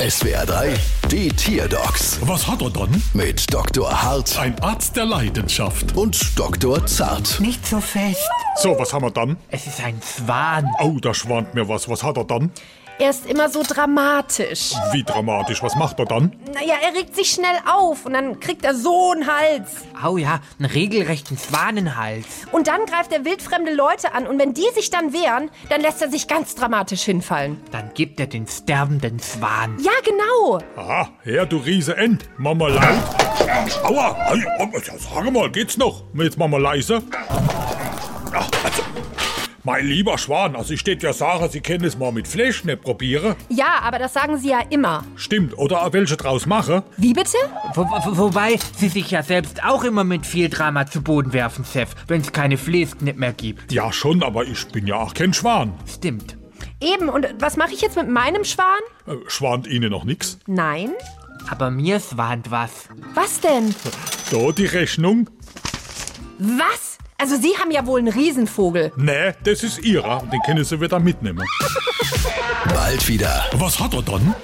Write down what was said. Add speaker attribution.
Speaker 1: SWR 3, die Tierdocs
Speaker 2: Was hat er dann?
Speaker 1: mit Dr. Hart
Speaker 2: Ein Arzt der Leidenschaft.
Speaker 1: und Dr. Zart.
Speaker 3: Nicht so fest.
Speaker 2: So, was haben wir dann?
Speaker 3: Es ist ein Schwan.
Speaker 2: Oh, da schwant mir was. Was hat er dann?
Speaker 4: Er ist immer so dramatisch.
Speaker 2: Wie dramatisch. Was macht er dann?
Speaker 4: Naja, er regt sich schnell auf und dann kriegt er so einen Hals.
Speaker 3: Au ja, einen regelrechten Schwanenhals.
Speaker 4: Und dann greift er wildfremde Leute an und wenn die sich dann wehren, dann lässt er sich ganz dramatisch hinfallen.
Speaker 3: Dann gibt er den sterbenden Schwan.
Speaker 4: Ja, genau.
Speaker 2: Aha, her, du riese End. Mama laut. Aua, ei, oh, ja, sag mal, geht's noch? Jetzt Mama leise. Ach, also, mein lieber Schwan, also ich steht ja Sache, Sie können es mal mit Fleisch nicht probieren.
Speaker 4: Ja, aber das sagen sie ja immer.
Speaker 2: Stimmt, oder auch welche draus mache?
Speaker 4: Wie bitte?
Speaker 3: Wo, wo, wobei sie sich ja selbst auch immer mit viel Drama zu Boden werfen, Chef, wenn es keine Flesk nicht mehr gibt.
Speaker 2: Ja schon, aber ich bin ja auch kein Schwan.
Speaker 3: Stimmt.
Speaker 4: Eben, und was mache ich jetzt mit meinem Schwan?
Speaker 2: Äh, schwant Ihnen noch nix?
Speaker 4: Nein.
Speaker 3: Aber mir schwant was.
Speaker 4: Was denn?
Speaker 2: Da die Rechnung?
Speaker 4: Was? Also Sie haben ja wohl einen Riesenvogel.
Speaker 2: Nee, das ist Ihrer. Den können Sie wieder mitnehmen.
Speaker 1: Bald wieder.
Speaker 2: Was hat er dann?